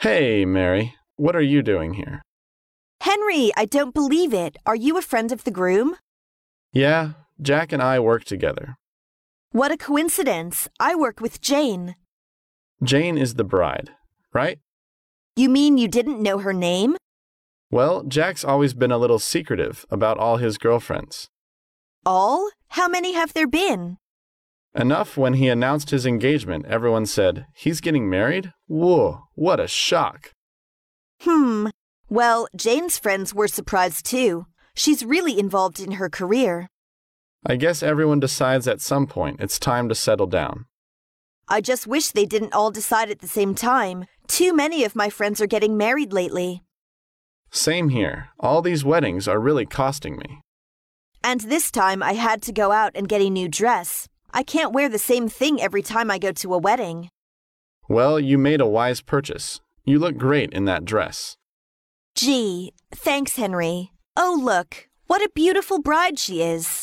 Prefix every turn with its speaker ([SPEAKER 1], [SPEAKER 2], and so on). [SPEAKER 1] Hey, Mary, what are you doing here?
[SPEAKER 2] Henry, I don't believe it. Are you a friend of the groom?
[SPEAKER 1] Yeah, Jack and I work together.
[SPEAKER 2] What a coincidence. I work with Jane.
[SPEAKER 1] Jane is the bride, right?
[SPEAKER 2] You mean you didn't know her name?
[SPEAKER 1] Well, Jack's always been a little secretive about all his girlfriends.
[SPEAKER 2] All? How many have there been?
[SPEAKER 1] Enough when he announced his engagement, everyone said, He's getting married? Whoa, what a shock.
[SPEAKER 2] Hmm. Well, Jane's friends were surprised too. She's really involved in her career.
[SPEAKER 1] I guess everyone decides at some point it's time to settle down.
[SPEAKER 2] I just wish they didn't all decide at the same time. Too many of my friends are getting married lately.
[SPEAKER 1] Same here. All these weddings are really costing me.
[SPEAKER 2] And this time I had to go out and get a new dress. I can't wear the same thing every time I go to a wedding.
[SPEAKER 1] Well, you made a wise purchase. You look great in that dress.
[SPEAKER 2] Gee, thanks, Henry. Oh, look, what a beautiful bride she is.